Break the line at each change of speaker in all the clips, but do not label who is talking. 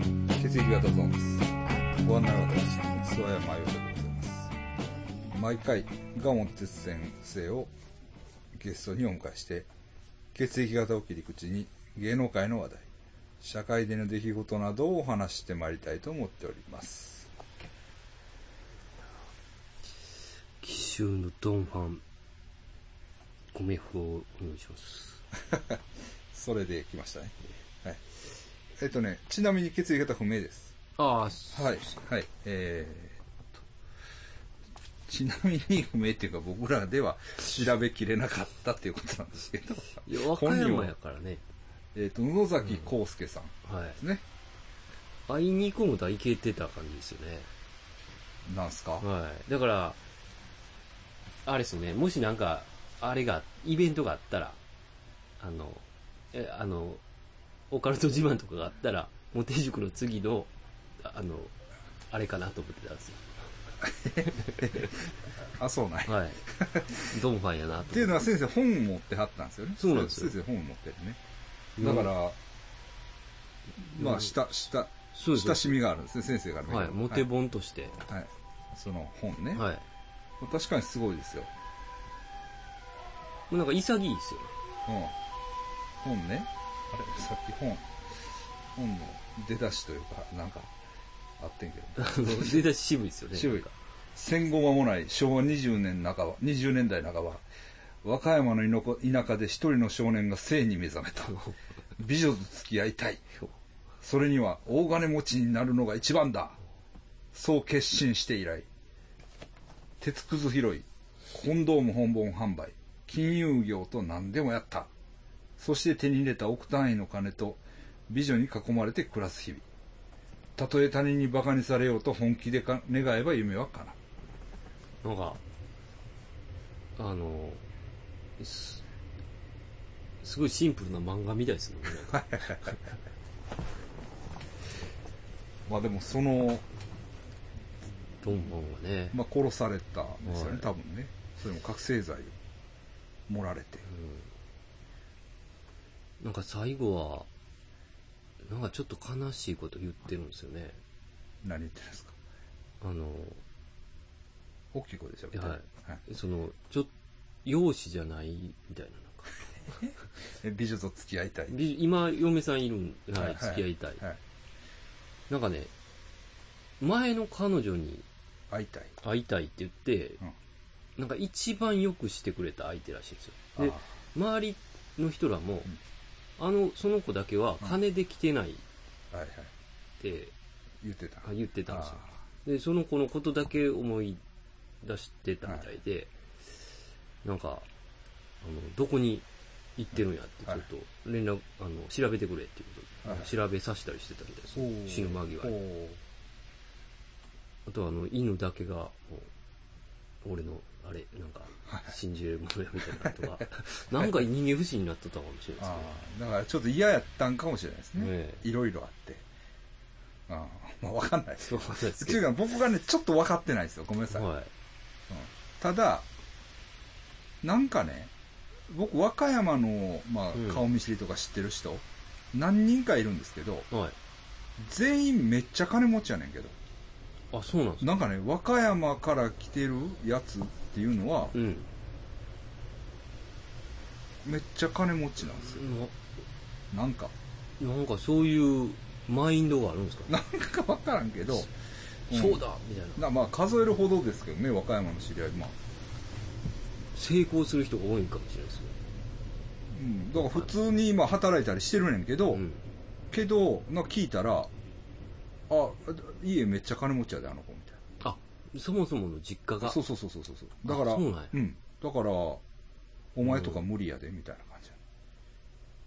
ございますご案内は私諏訪山優でございます毎回蒲生鉄先生をゲストにお迎えして血液型を切り口に芸能界の話題社会での出来事などをお話ししてまいりたいと思っております
奇襲のドンファンご冥福をお願いします
それで来ましたねはいえっとねちなみに血液型不明です
ああ
はい、はい、えーっと、ちなみに不明っていうか僕らでは調べきれなかったっていうことなんですけど、
いや和歌山やからね
えーっと、野崎康介さんで
はい
すね。
会いに行こうも大けてた感じですよね
なんすか
はいだからあれですよねもしなんかあれがイベントがあったらあのえあのオカルト自慢とかがあったらモテ塾の次のああのあれかなと思ってたんです
あ、そうない。
よはい ドンファンやなと思っ
っていうのは先生本持ってはったんですよね。
そうなんですよ
先生本持ってるね。
うん
だから、ま
う
あ、
ん
下、下、
そうです
親
よ
しみがあるんですね、先生から見ると
はい、モテ本として、
はい。はいその本ね。
はい。
確かにすごいですよ。
もうなんか潔い ですよ。
うん。本ね。あれさっき本、本の出だしというか、なんか、あってんけど。
あの、出だし渋いですよね。
渋い。戦後間もない昭和20年半ば、20年代半ば、和歌山の田舎田舎で一人の少年が性に目覚 めた。美女と付き合いたい。それには大金持ちになるのが一番だ。そう決心して以来、鉄くず拾い、コンドーム本本販売、金融業と何でもやった。そして手に入れた億単位の金と美女に囲まれて暮らす日々。たとえ他人に馬鹿にされようと本気でか願えば夢は叶う。
なんか、あの、す、すごいシンプルな漫画みたいですもんね。
まあでもその、
ドンファンはね。
まあ、殺されたんですよね、
はい
多分ね。それも覚醒剤を盛られて。
なんか最後は、なんかちょっと悲しいこと言ってるんですよね。
何言ってるんですか
あの、
大きい声で喋って。
はい
はい
その、ちょっと、容姿じゃないみたいな。なんか
え美女と付き合いたい。
び今、嫁さんいるん、
は
はいい、付き合いたい。
はい。
なんかね、前の彼女に
会いたい。
会いたいって言って、なんか一番よくしてくれた相手らしいんですよ。
うん。
で
あ、
周りの人らも、あの、その子だけは金で来てないっ
あはいはい。
て
言ってた。
あ言ってたんですよ
あ。
で、その子のことだけ思い出してたみたいで、なんか、あの、どこに行ってるんやって、ちょ
はい
っと連絡、あの、調べてくれっていうこ
はい
とで、調べさせたりしてたみたいです
ーおー
よ。死ぬ間際
お
に。
ー
あとはあの、犬だけが、もう、俺の、あれ、なんか、信じれるものやみたいなとか、 なんか人間不信になっとったかもしれない
ああ、だからちょっと嫌やったんかもしれないですね。
ねえ
いろいろあって。ああ、まあわかんないです
ですけど。そうなんです
ってい
け
うか僕がね、ちょっと分かってないですよ。ごめんなさい。
ど。はい。
ただ、なんかね、僕、和歌山の、ま
うん
あ、顔見知りとか知ってる人、何人かいるんですけど、
はい。
全員めっちゃ金持ちやねんけど、
あ、そうなんですか
なんかね、和歌山から来てるやつっていうのは、
うん。
めっちゃ金持ちなんですよ。なんか、
ななんかそういうマインドがあるんですかね
なんか分からんけど、ん
そうだみたいな。
なまあ、数えるほどですけどね、和歌山の知り合い、まあ、
成功する人が多いかもしれないですね。
うん、だから普通に今働いたりしてるねんけど、
うん。
けど、なんか聞いたら、あ、家めっちゃ金持ちやで、あの子、みたいな。
あ、そもそもの実家が。
そうそうそうそうそうそうだから
あそうなんや
んだからお前とか無理やでみたいな感じや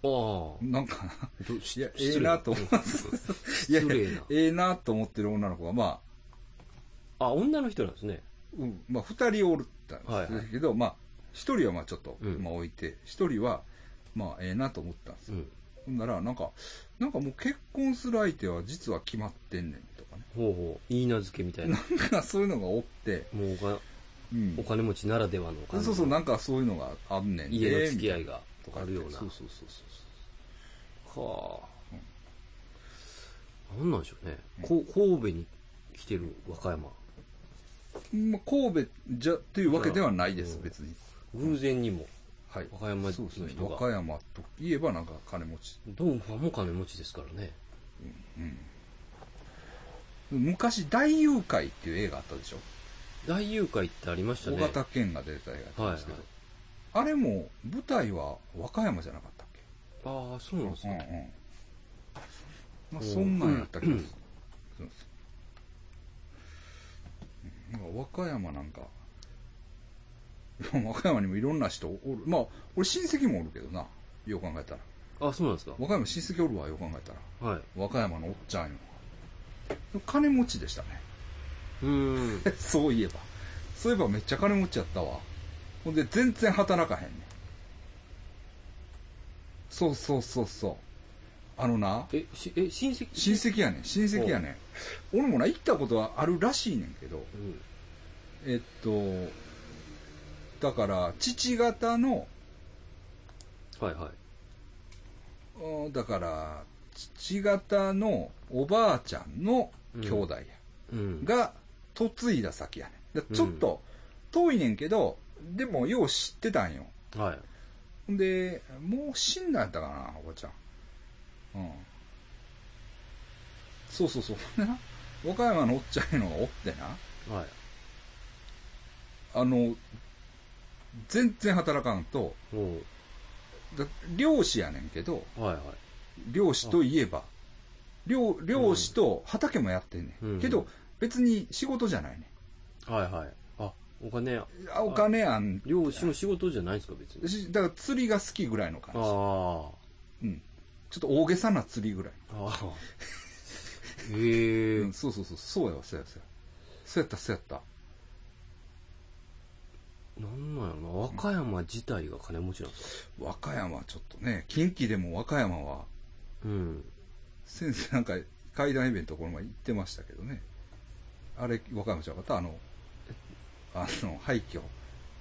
ああ。
なんか
どし
いや
失
え
礼
えなと思いますいやい
失
や
礼な。
ええなと思ってる女の子はまあ、
あ、女の人なんですね。
うんまあ、2人おるったん
はいは
で
い
すけど、まあ1人はまあちょっと、
うん
まあ、置いて1人はまあええなと思ったんです
う
よ、
ん。
ほんならなんかなんかもう結婚する相手は実は決まってんねんとかね
ほうほう。いい名付けみたいな。
なんかそういうのがおって、
もうおか
うん
お金持ちならではのお金
そうそうなんかそういうのがあんねんで
家の付き合
み
いが
たいなとか
あ
言って
るような。
そうそうそうそう
はあ。なんなんでしょうね。こ神戸に来てる和歌山。
まあ、神戸じゃっていうわけではないです、
うん
別に。
偶然にも、
はい。
和歌山
そ
の
うですね。
人
和歌
が。
山といえばなんか金持ち。
ドンファンも金持ちですからね。
昔、大誘拐っていう映画あったでしょ。
大誘拐ってありました
尾
ね。
形健が出てた映画
はい
やったん
はい
ですけど、あれも舞台は和歌山じゃなかったっ
ああ、そうなんです
け
か。
うんうん。まあ、そんなんやったけど、そうですうんなんか和歌山なんか、 和歌山にもいろんな人おる。まあ、俺親戚もおるけどな、よう考えたら。
あそうなんですか。
和歌山親戚おるわ、よう考えたら。
はい。
和歌山のおっちゃんよ。金持ちでしたね。
うーん。
そういえば。そういえばめっちゃ金持ちやったわ。ほんで全然働かへんねん。そうそうそうそう。あのな、
え、しえ親戚
親戚やねん、親戚やねん。俺もな、行ったことはあるらしいねんけど、
うん。
えっと、だから、父方の、
はいはい。
うんだから、父方のおばあちゃんの兄弟や。
うん。
が嫁いだ先やねんだからちょっと遠いねんけど、でもよう知ってたんよ
はい。
ほんでもう死んだんやったかなおばちゃんうんそうそうそうほんでな和歌山のおっちゃんいうのがおってな
はい。
あの全然働かんと
おう
だ漁師やねんけど
はいはい。
漁師といえば漁漁師と畑もやってんねん、
うん
けど別に仕事じゃないね
はいはい。あ、お金、
んあお金あん
漁師の仕事じゃないんですか、別に。
しだから釣りが好きぐらいの感じ
あ
うん。ちょっと大げさな釣りぐらい。
あ。ああ。へえ
うん、。そうそうそう、そうやわ、そうやわ、そうやわ。そうやった、そうやった。
なんなんやろな。和歌山自体が金持ちなんですか。
和歌山はちょっとね、近畿でも和歌山は、
うん。
先生なんか会談イベントこの前行ってましたけどね。あれ、和歌山じゃなかったあの、あの、廃墟。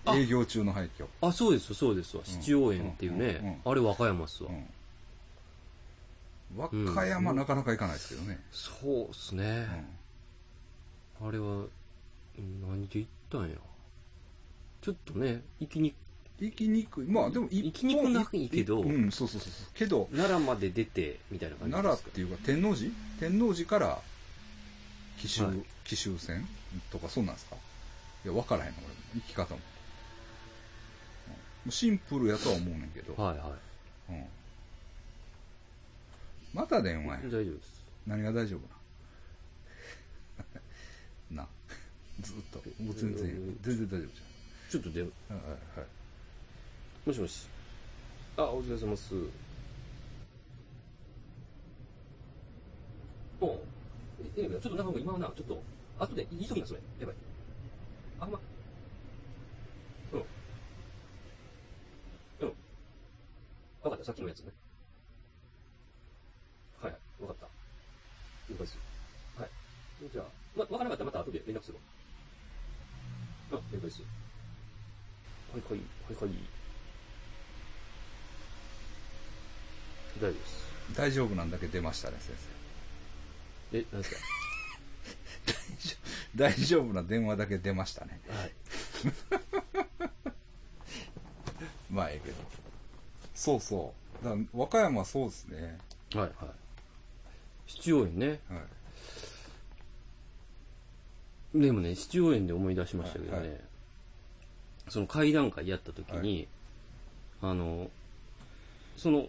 あ
営業中の廃墟。
あ、そうですよそうですわ。七応園っていう
うんうん
ね。あれ和歌山っすわ。
うん。和歌山、なかなか行かないですけどね。
そうっす
う
ね。
ん。
あれは、何で行ったんや。ちょっとね、行きに、
行きにくい。まあでも一
行きにくないけど
うん、そうそうそうそう。けど、
奈良まで出て、みたいな感じ
奈良
で
っ
すか。
ていうか天王寺天王寺から紀州、
はい
紀州線とかそうなんですかいや分からへんの俺行き方もうんシンプルやとは思うねんけど、
はいは
うん、また電話や
い。大丈夫です。
何が大丈夫な なずっともう全然全然大丈夫じ
ちょっとで、
ゃんはいはいはい
もしもし。あ、お疲れ様です。おうえ、え、ちょっとなんか今はな、ちょっと、後で急ぎな、それ。やばい。あ、ほんま。うん。うん。わかった、さっきのやつね。はいはい、わかった。了解です。はい。じゃあ、ま、わからなかったらまた後で連絡するわ。うん、了解です。はいはい、はいはい。大丈夫です。
大丈夫なんだけ出ましたね先生
え、なんです
大丈夫な電話だけ出ましたね
かはい。
まあええけど。そうそう。だから和歌山はそうですね。
はい、はい。七応園ね。
はい。
でもね、七応園で思い出しましたけどね、
はいは
その会談会やった時に、あの、その、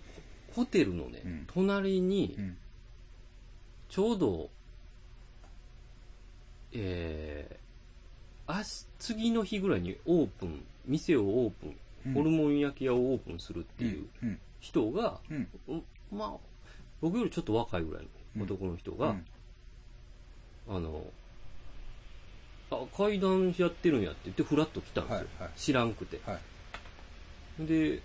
ホテルのね、
うん
隣に
う、ん。
ちょうど、えー、あし、次の日ぐらいにオープン、店をオープン、ホルモン焼き屋をオープンするっていう
うん。
人が、
うん。
んまあ、僕よりちょっと若いぐらいの男の人
う
が、
ん。
あの、あ、階段やってるんやって言って、ふらっと来たんですよ。
はいはい
知らんくて。
はい。
で、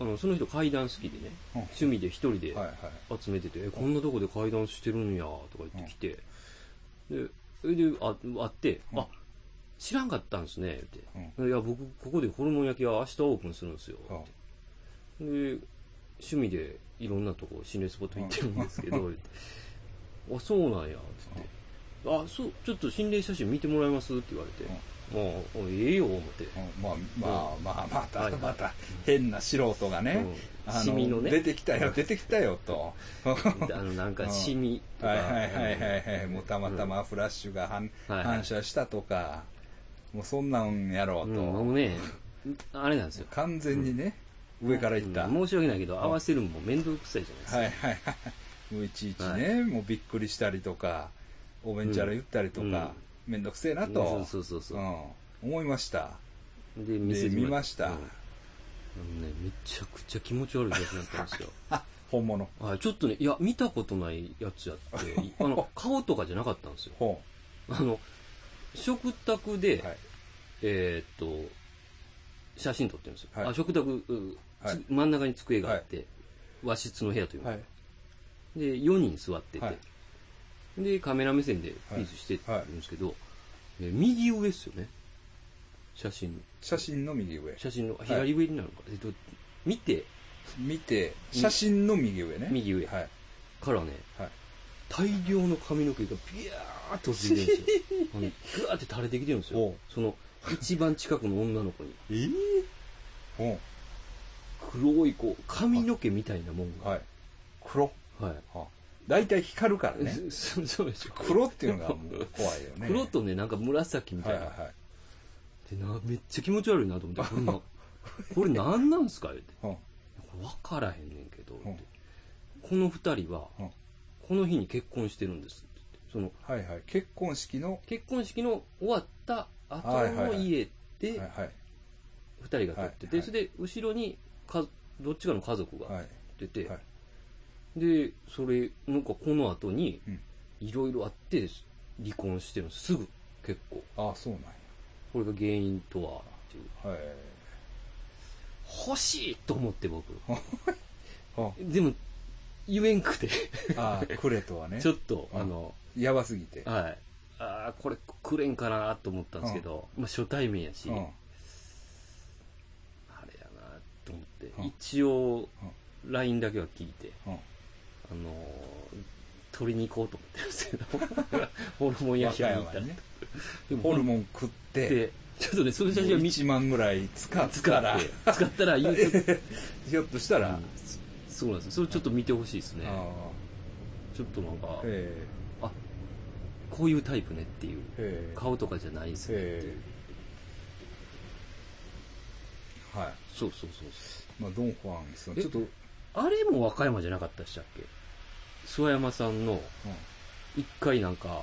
あの、その人階段好きでね、
うん
趣味で一人で
はいはい。
集めてて、え、こんなとこで階段してるんや、とか言ってきて、で、それで、あ、会って、
うん
あ、知らんかったんですね、って。
うん。
いや、僕、ここでホルモン焼きは明日オープンするんですよ。
は
で、趣味でいろんなとこ心霊スポット行ってるんですけど、言って あ、そうなんや、つって。あ、そう、ちょっと心霊写真見てもらえますって言われて。ああ、ええよ、思って。
うんまあまあまあまた、
はい
また変な素人がね、
うん
あ
シミの
の
ね
出てきたよ出てきたよと
であの、なん
う
か、
ん
シミとか。
はいはいはいはいはい、
ん
もうたまたまフラッシュが反,、
はいはい
反射したとか、もうそんなんやろ
う、
うんと、
もうね、あれなんですよ。
完全にね、上からいった、
うん申し訳ないけど、
ん
合わせるのも面倒くさいじゃないですか。
はいはいはい、もういちいちね、もうびっくりしたりとか、おべんちゃら言ったりとか、
うんうん
めんどくせえなと、
うんそうそうそうそうう。
ん、思いました。
で、見
で
せて
見
もら
ま
っ
した、
うんあのね、めちゃくちゃ気持ち悪い写真だったんですよ。
本物。
はい、ちょっとね、いや、見たことないやつやって、 いあの、顔とかじゃなかったんですよ。
ほ
あの、食卓で、
うはい
えーっと、写真撮ってるんですよ。
はい
あ、食卓、う
はい
つ真ん中に机があって、和室の部屋というか、
はい
で、4人座ってて、
はい
で、カメラ目線でピースしてるんですけど、え右上ですよね。写真の。
写真の右上。
写真の、あ
い
左上になるのか、えっと、見て
見て、写真の右上ね。
右上
はい。
からね、
はい。
大量の髪の毛がビヤーっとついてるんですよ。あのぐわーって垂れてきてるんです
お
よ
う。
その、一番近くの女の子に、
えぇ、ほ
黒いこう、髪の毛みたいなもん
う
が。
はい。黒。
はい。
は大体光るからね。
そそうでしょ。
黒っていうのがもう怖いよね。
黒とね、なんか紫みた
はいい
な。
はいはい。
でな、めっちゃ気持ち悪いなと思って、こんな、これなんなんすか言って。
うん
これ分からへんねんけど、
うん
ってこの二人は
うん、
この日に結婚してるんですって言って。その、
はいはい。結婚式の、
結婚式の終わった後
はいはい
の
はい
家で、
はいはい。
二人が撮って
はい
て、
はい
それで後ろにかどっちかの家族
は
が
い。
出て、
は
でそれなんかこの後に
うん
いろいろあって離婚してるんですすぐ結構
ああ、そうなん
これが原因とはっていう
や。はい。
欲しいと思って僕
は
でも言えんくて
ああ、くれとはね
ち。ょっと
うん
あの
やばすぎて。
はいあーこれくれんかなと思ったんですけど、まあ、初対面やし、
うん。
あれやなと思って、
うん
一応 LINE だけは聞いて
うん。
あのー、取りに行こうと思ってるんですけど、 ホルモン
和
焼き
歌
屋に行
山
ったら
にね。
でも
ホル
ン
モン食って、
て、ちょっとね、その写真を見て、
1万ぐらい使ったら、
使って使ったら言うと、
ひょっとしたら、
そうなんですよ。それちょっと見てほしいですね。
あ
ちょっとなんか
あ、、え
こういうタイプねっていう、
えええ
顔とかじゃないですねってい
へ
う。
はい。
そうそうそうそ
まあ、ドン・ファンさん、
え
ちょっと、うん、
う。あれも和歌山じゃなかったでしたっけ諏訪山さんの、一回なんか、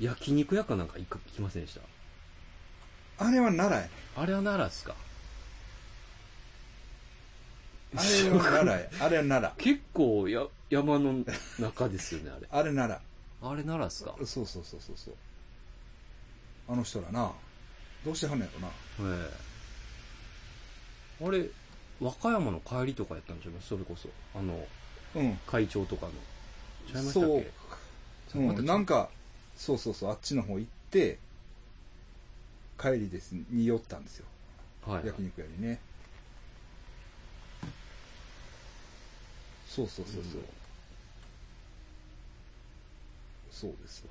焼肉屋かなんか行きませんでした
あれは奈良やね。
あれは奈良っすか
あれは奈良 や。あれは奈良。
結構や山の中ですよね、あれ。
あれ奈
あれならっすか。
良。そうそうそうそうそう。あの人らな、どうしてはんねやろな。
ええあれ、和歌山の帰りとかやったんでしょうね、それこそ。あの、
う
会長とかの。ちゃい
ん。
ましたっ
そう
け。
うん、なんか、そうそうそう、あっちの方行って、帰りです、に寄ったんですよ。
はい、
焼肉屋にね。そうそうそうそう。
うん
そうですわ。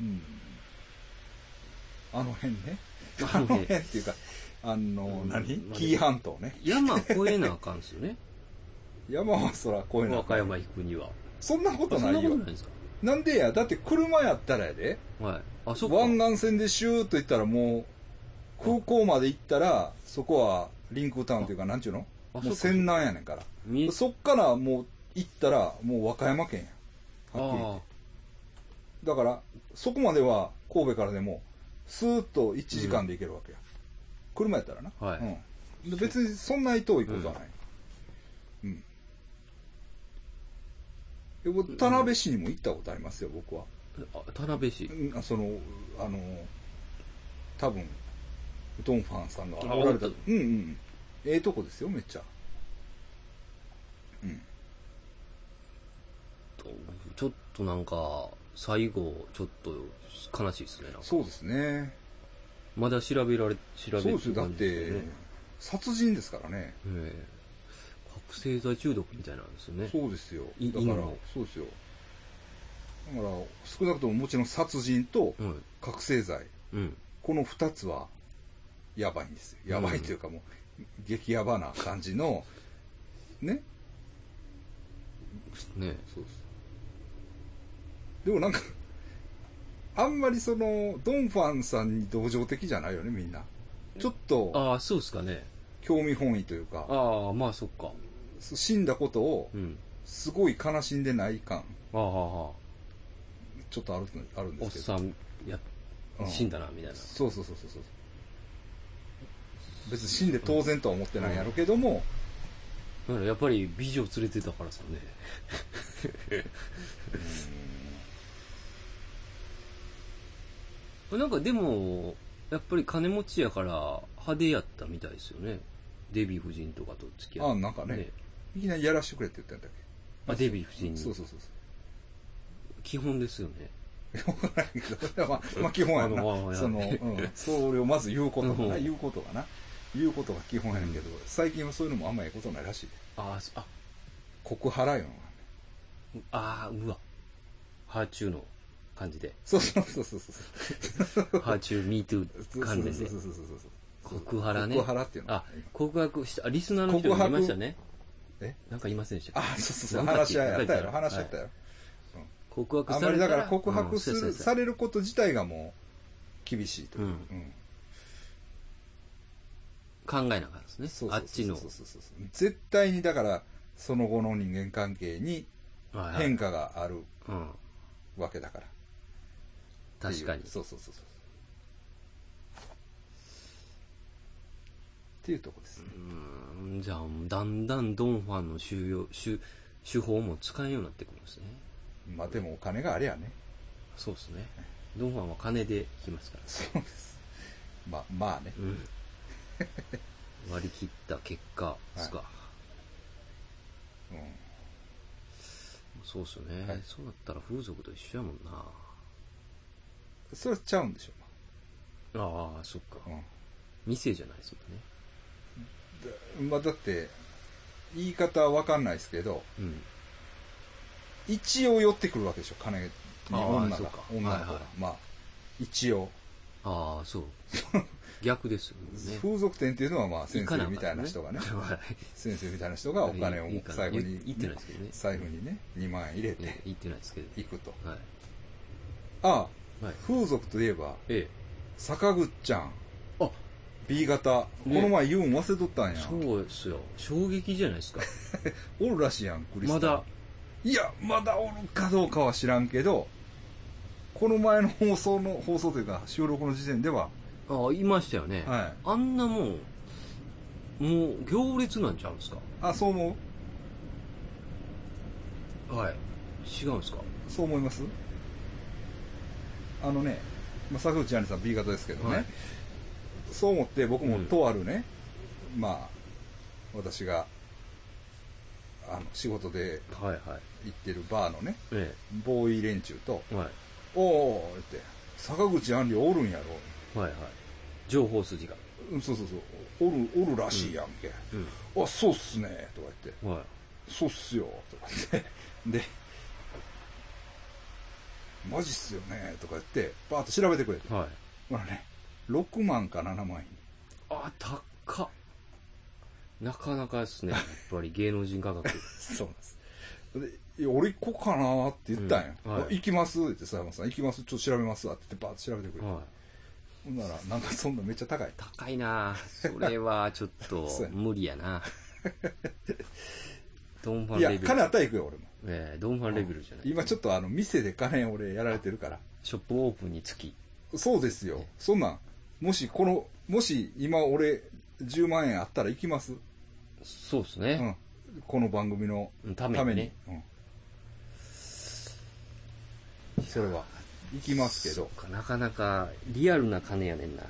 うん。あの辺ね。
あ
あ
の
の辺っ
ね、
ていうか、あの、
うん
何
まあ
紀伊半島ね。
山越えなあかんっす よね。
山はそら越えな
和
い。
歌山行くには。
そんなこ
あ
と
そ
なん
ないこと
よ。
ないんですか
なんでや、だって車やったらやで。
はい。あ、そっか。
湾岸線でシューッと行ったらもう、空港まで行ったら、そこはリンクタウンというか、なんちゅうの
あ、
も
そうっか
船南やねんから。
見え、
そっからもう行ったら、もう和歌山県や。はっきり言っ
あ
て。だから、そこまでは神戸からでも、スーッと1時間で行けるわけや。車やったらな。
はい
うんで別にそんなに遠いことはない。うん。で僕田辺市にも行ったことありますよ、僕は。
あ、田辺市。
うんその、あの、多分、ドンファンさんが
あ
おられた。
お
う
っ
んうん。ええとこですよ、めっちゃ。うん。
ちょっとなんか、最後、ちょっと悲しいですね。なんか
そうですね。
まだ調べられ、調べ
そうですよ、だっ
感じ
て
ですよね、
殺人ですからね。
ええ覚醒剤中毒みたいなんですよね。
そうですよ。
い
だから
今の、
そうですよ。だから、少なくとももちろん殺人と
はい。
覚醒剤、
うん。
この二つは、やばいんですよ。やばいというかもう、激ヤバな感じの、ね。
ね
そうです。でもなんか、あんまりその、ドンファンさんに同情的じゃないよね、みんな。ちょっと、
ああ、そうですかね。
興味本位というか、
ああ、まあそっか。
死んだことを
う、ん。
すごい悲しんでない感、
ああ、ああ
ちょっとあるとあるんで
おっ
すけど。
さん、や、
うん
死んだな、みたいな。
そうそうそうそうそう。別に死んで当然とは思ってないやろけども、
だからやっぱり美女を連れてたからさね。なんかでも、やっぱり金持ちやから派手やったみたいですよね。デヴィ夫人とかと付き合
あ
っ
なんか
て。
ねいきなりやらしてくれって言ったんだっ
あ、デヴィ夫
け。
人に。
そうそうそう
基本ですよね。
そう。わからんけど、まあ、まあ基本やんな
あのま。あ
その、うん、それをまず言うことがな、
うん
言うことがな。言うことが基本やねんけど、最近はそういうのもあんまええことないらしいで。
あーそあ、
告払うよな。
あーうわ。ハーチューの感じで。
そうそうそうそうそう。
ハーチュー、ミートゥ
そ
ー
うそう
関
そう
連
そ
で
う。そうそうそう。
告腹ね。
告腹っていうの
あ、告白した、あリスナーの
告
人がい
白
ましたね。
え
なんかいませんでしたっけ
あ、そうそうそう。
なんか
話し合いやったやろ。
なんか
話し合ったやろ。
告白
あん
さ
まり
れ
だ
た
から告
うん
白す
そうや
る、
そうや
されること自体がもう、厳しいというう。
ん
うん
考えながらですね。
そうそうそう
あっちの。
そうそうそうそう絶対にだから、その後の人間関係に
はいはい
変化がある
うん。
わけだから。
確か
っ
に
ていう。そうそうそうそう。っていうとこですね。
うんじゃあ、だんだんドンファンの収容、手手法も使えんようになってくるんですね。
まあでもお金があれやね。
そうですね。ドンファンは金で来ますから。
そうです。まあ、まあね。
うん。割り切った結果ですか。
うん。
そうっすよね、
はい
そうなったら風俗と一緒やもんな。
それちゃうんでしょ
ああ、そっか。
う。うん。
店じゃないですもんね。
まあだって、言い方はわかんないですけど、
うん。
一応寄ってくるわけでしょ、金に女が
そうか。
女の子が。
はいはい
まあ、一応。
あ あ、そう。逆ですよね。
風俗店っていうのはまあ先
行か
生
ん
み
か
た
ら
いな人がね、
はい
先生みたいな人がお金を
いいかな
財布
言
に、
言ってないですけどね
財布にね、2万円入れ
ね
て
言ってないですけど。
行くと。
はい。
あ
はい
あ、。風俗といえば、
え
坂口ちゃん、
え。あ、
B 型、こ
ね
の前言うん忘れとったんや。
そうですよ。衝撃じゃないですか。
おるらしいやん、クリス
ま
タル
だ、
いや、まだおるかどうかは知らんけど、この前の放送の、放送というか収録の時点では、
あいましたよね。
はい。
あんなもん、もう行列なんちゃうんですか
あ、そう思う
はい。違うんですか
そう思いますあのね、まあ、坂口杏里さん B 型ですけどね、
はい
そう思って僕も
うん
とあるね、まあ私があの仕事で
はいはい。
行ってるバーのね
え
ボーイ連中と
え。はい。
「おお」って「坂口杏里おるんやろ
はいはい。情報筋が。」
うんそうそうそう「おるおるらしいやんけ」あそうっすね」とか言って
うん。はい。
「そうっすよ」とか言ってで「マジっすよね」とか言ってバーッと調べてくれて
はい。
まあね、6万か7万円。
あ、高っ。なかなか ですね。やっぱり芸能人価格。
そうなんです。で、いや俺行こうかなって言ったんや。
うんはい
あ行きますって、佐山さん、行きます、ちょっと調べますわって言って、バーッと調べてくれて。
はい。
ほんなら、なんかそんなめっちゃ高い。
高いなぁそれはちょっ と
そうや
無理やなドンファン
い
レ
や
ベ、ル。
金あったら行くよ、俺も。
えードンファンレベルじゃない。
今ちょっとあの、店で金俺やられてるから。
ショップオープンにつき。
そうですよ。そんなん、もしこの、もし今俺10万円あったら行きます。
そうです
う
ね。
ん。この番組の
うん、た
ため
めに
に。
ね。
うん。それは、行きますけ
そ
ど
っ。かなかなかリアルな金やねんな。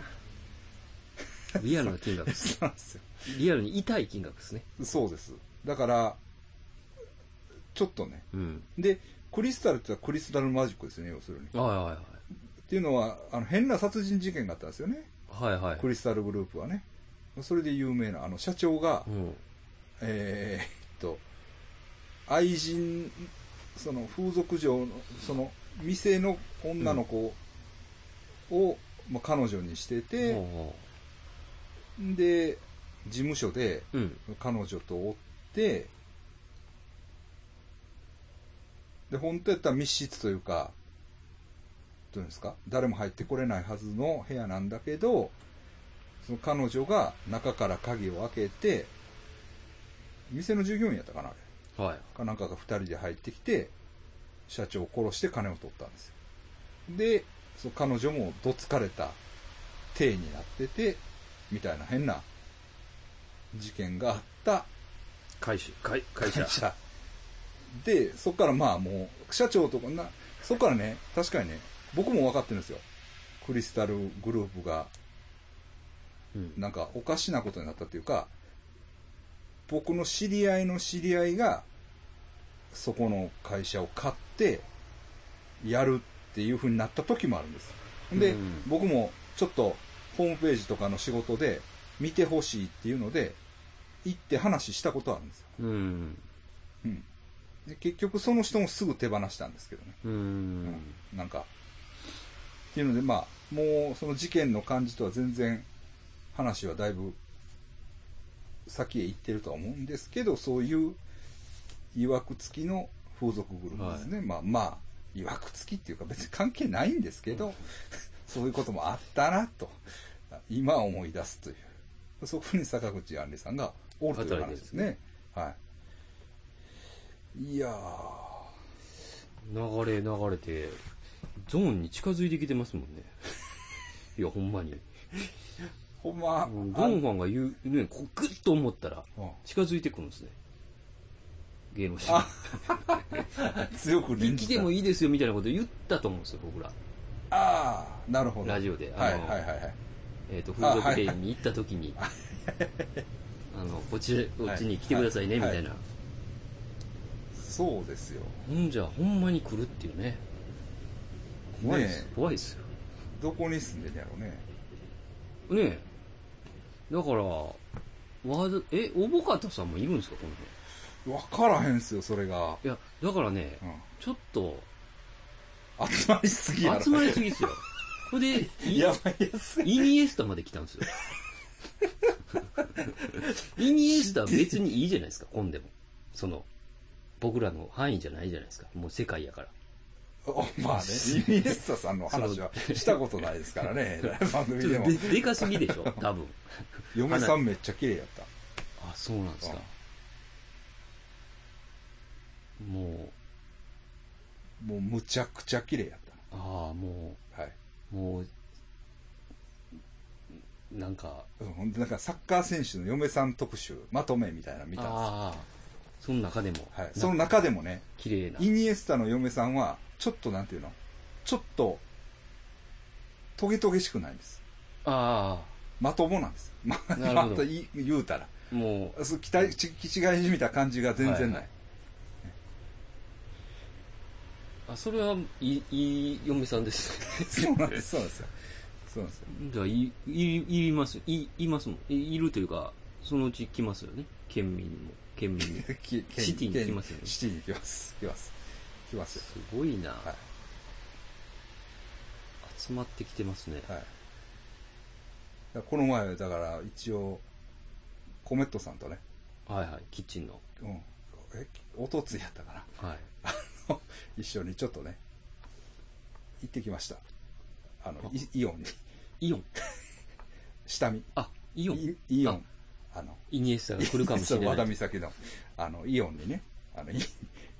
リアルな金 額です。
そうなんですよ。
リアルに痛い金額ですね。
そうです。だから、ちょっとね。
うん。
で、クリスタルってのはクリスタルマジックですよね、要するに。っ
はいは
ていうのは、あの、変な殺人事件があったんですよね。
いはい。はいはい。
クリスタルグループはね。それで有名な、あの、社長が、
うん。
えーっと、愛人、その風俗嬢の、その、店の女の子を、まあ、彼女にしてて、
ほ
で、事務所で
うほううん。
彼女とおって、で、本当やったら密室というか、どういうんですか、誰も入ってこれないはずの部屋なんだけど、その彼女が中から鍵を開けて、店の従業員やったかな、あれ。
はい。
かなんかが二人で入ってきて、社長を殺して金を取ったんですよ。で、その彼女もどつかれた体になってて、みたいな変な事件があった
会社、会会
会
社。
社。で、そこからまあもう、社長とかな、そこからね、確かにね、僕も分かってるんですよ。クリスタルグループが
うん。
なんかおかしなことになったっていうか、僕の知り合いの知り合いが、そこの会社を買って、やるっていう風になった時もあるんです。で、
うん
僕もちょっとホームページとかの仕事で見てほしいっていうので、行って話したことあるんですよ。
うん。
うん。で、結局その人もすぐ手放したんですけどね。
うん。
なんか。っていうので、まあ、もうその事件の感じとは全然話はだいぶ先へ行ってるとは思うんですけど、そういういわくつきの風俗グループですね。まあまあ、いわくつきっていうか別に関係ないんですけど、 そういうこともあったなと、今思い出すという。そこに坂口杏里さんがおるという話ですね。はい。いやー。
流れ流れて、ゾーンに近づいてきてますもんね。 いや、ほんまに。
ほんま、
うんゴンファンが言う、ね、こうグッと思ったら、近づいてくるんですね。ゲームして。
強く
生
臨
き
機
て もいいですよみたいなこと言ったと思うんですよ、僕ら。
ああ、なるほど。
ラジオで
はいは
あ
い
の
はいはい。
えっ、と、
あ
風俗店に行った時に、あの、こっち、こっちに来てくださいね、
はい
みたいな。
そうですよ。
ほんじゃ、ほんまに来るっていうね。怖いです。
ねえ
怖いですよ。
どこに住んでんやろうね。
ねえ。だから、わざ、え、おぼかたさんもいるんですか、この辺。
わからへんすよ、それが。
いや、だからね、
うん。
ちょっと、
集まりすぎやろ。
集まりすぎですよ。これで、い
やばいやつ。
イニエスタまで来たんですよ。イニエスタは別にいいじゃないですか、混んでも。その、僕らの範囲じゃないじゃないですか。もう世界やから。
おまあね、イニエスタさんの話はしたことないですから ね。番組
ち
で
ょっ
も
と。ででかすぎでしょ、多分。
嫁さんめっちゃ綺麗やった。
あ、そうなんですか。もう、
もうむちゃくちゃ綺麗やっ
ああ、も
た。はい。
う、もう、なんか、
うんほんで、なんかサッカー選手の嫁さん特集、まとめみたいなの見たんですよ
ああ、その中でも、
はい。
な
その中でもね、
綺麗な。
イニエスタの嫁さんは、ちょっとなんていうのちょっと、トゲトゲしくないんです。
あ
まともなんです。まあ、
なるほど
また言い言うたら。
あ、もう、
そう期待、ち、気違いじみた感じが全然ない。
あ、それはいい、いい嫁さんです。
そうなんです、そうなんですよ。そうなんですよ。
じゃあ、い、い、いります。い、いますもん。い、いるというか、そのうち来ますよね。県民も。県 民も。
き県
シティに来ますよね
県シティに来ます。来ます。来ますよ。
すごいな、
はい。
集まってきてますね。
はい。だからこの前、だから一応、コメットさんとね、
はいはい。キッチンの。
うん。え、おとついやったかな。
はい。
一緒にちょっとね、行ってきました。あの、イイオンに。
イオン。
下見。
あ、イオン。
イイオン。あの、
イニエスタが来るかもしれな
和
い。
田
はい
岬の、あの、イオンにね、あの、イイ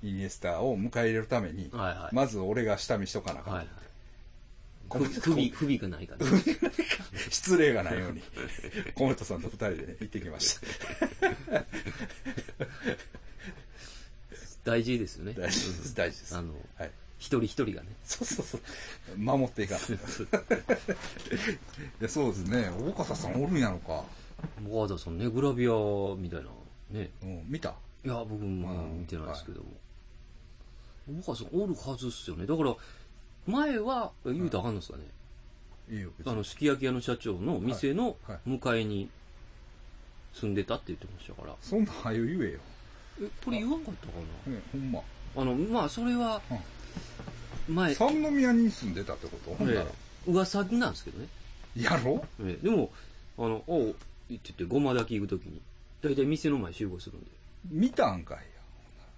ニエスタを迎え入れるために、
はい。
まず俺が下見しとかなあか
はい
ん
はい
と。
不備、不備、不備がないから、ね。
失礼がないように、コメントさんと二人でね、行ってきました。
大事ですよね。
大事です、大事です。
あ
は
の、
い。
一人一人がね。
そうそうそう。守っていかない。いや、そうですね。大方さんおるんやろか。
モ田さんね、グラビアみたいな。ね。
うん、見た
いや、僕もまあ
うん
見てないですけども。僕はそのおるはずっすよね。だから、前は、え言うたらあかんのですかね。
いいよ、別
あ
に
の、すき焼き屋の社長の店の
はいはい
向かいに、住んでたって言ってましたから。
そんなんはよ言えよ。
え、これ言わんかったかな
ね、ほんま。
あの、まあ、それは、前、
三宮に住んでたってことほんなら
え。え噂なんですけどね。
やろ
ええでも、あの、おう、言ってて、ごまだけ行くときに、だいたい店の前集合するんで。
見たんか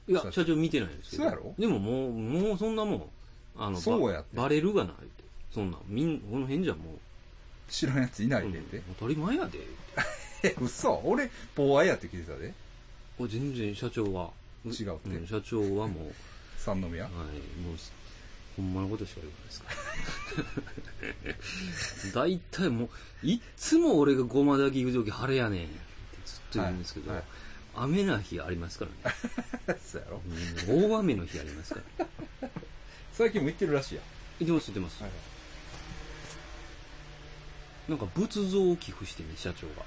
いや。
いや
そ、う
社長見てないんですけど。
そうやろ
でももう、もうそんなもん、あの、ば
そうやって
バレるがないって。そんなん、みん、この辺じゃもう、
知らんやついない
うん
でって。
当たり前やで。
え、嘘俺、ボワイやって聞いてたで。
お全然社長は。
違うって
ん社長はもう、
三宮。
はい、もう、ほんまのことしか言わないですから。 大体もう、いっつも俺がごまだけ行くとき晴れやねんってずっと言うんですけど、
はいはい
雨な日ありますからね。
そうやろ
うん大雨の日ありますから。
最近も行ってるらしいや。
行ってます、行ってます。なんか仏像を寄付してね、社長が。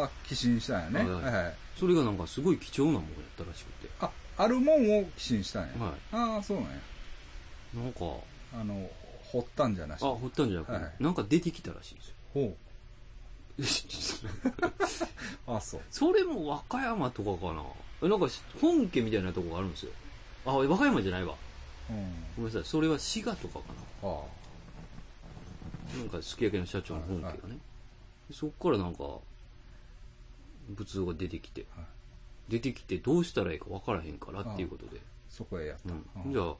ああ、寄進したんやね。
はい
は
はい
いはい。
それがなんかすごい貴重なものやったらしくて。
あ、あるもんを寄進したんや。
は
ああ、そうなんや。
い。なんか、
あの、掘ったんじゃなし
あ、。掘ったんじゃなくて、
はい
なんか出てきたらしいんですよ。
ほ う。あそう。
それも和歌山とかかなえなんかし本家みたいなとこがあるんですよあ和歌山じゃないわ
うん。
ごめんなさいそれは滋賀とかか
あ
ななんかすき焼きの社長の本家がね、
はい
そっからなんか仏像が出てきて、
はい
出てきてどうしたらいいか分からへんからっていうことで、
そこへやった。
うん、じゃあ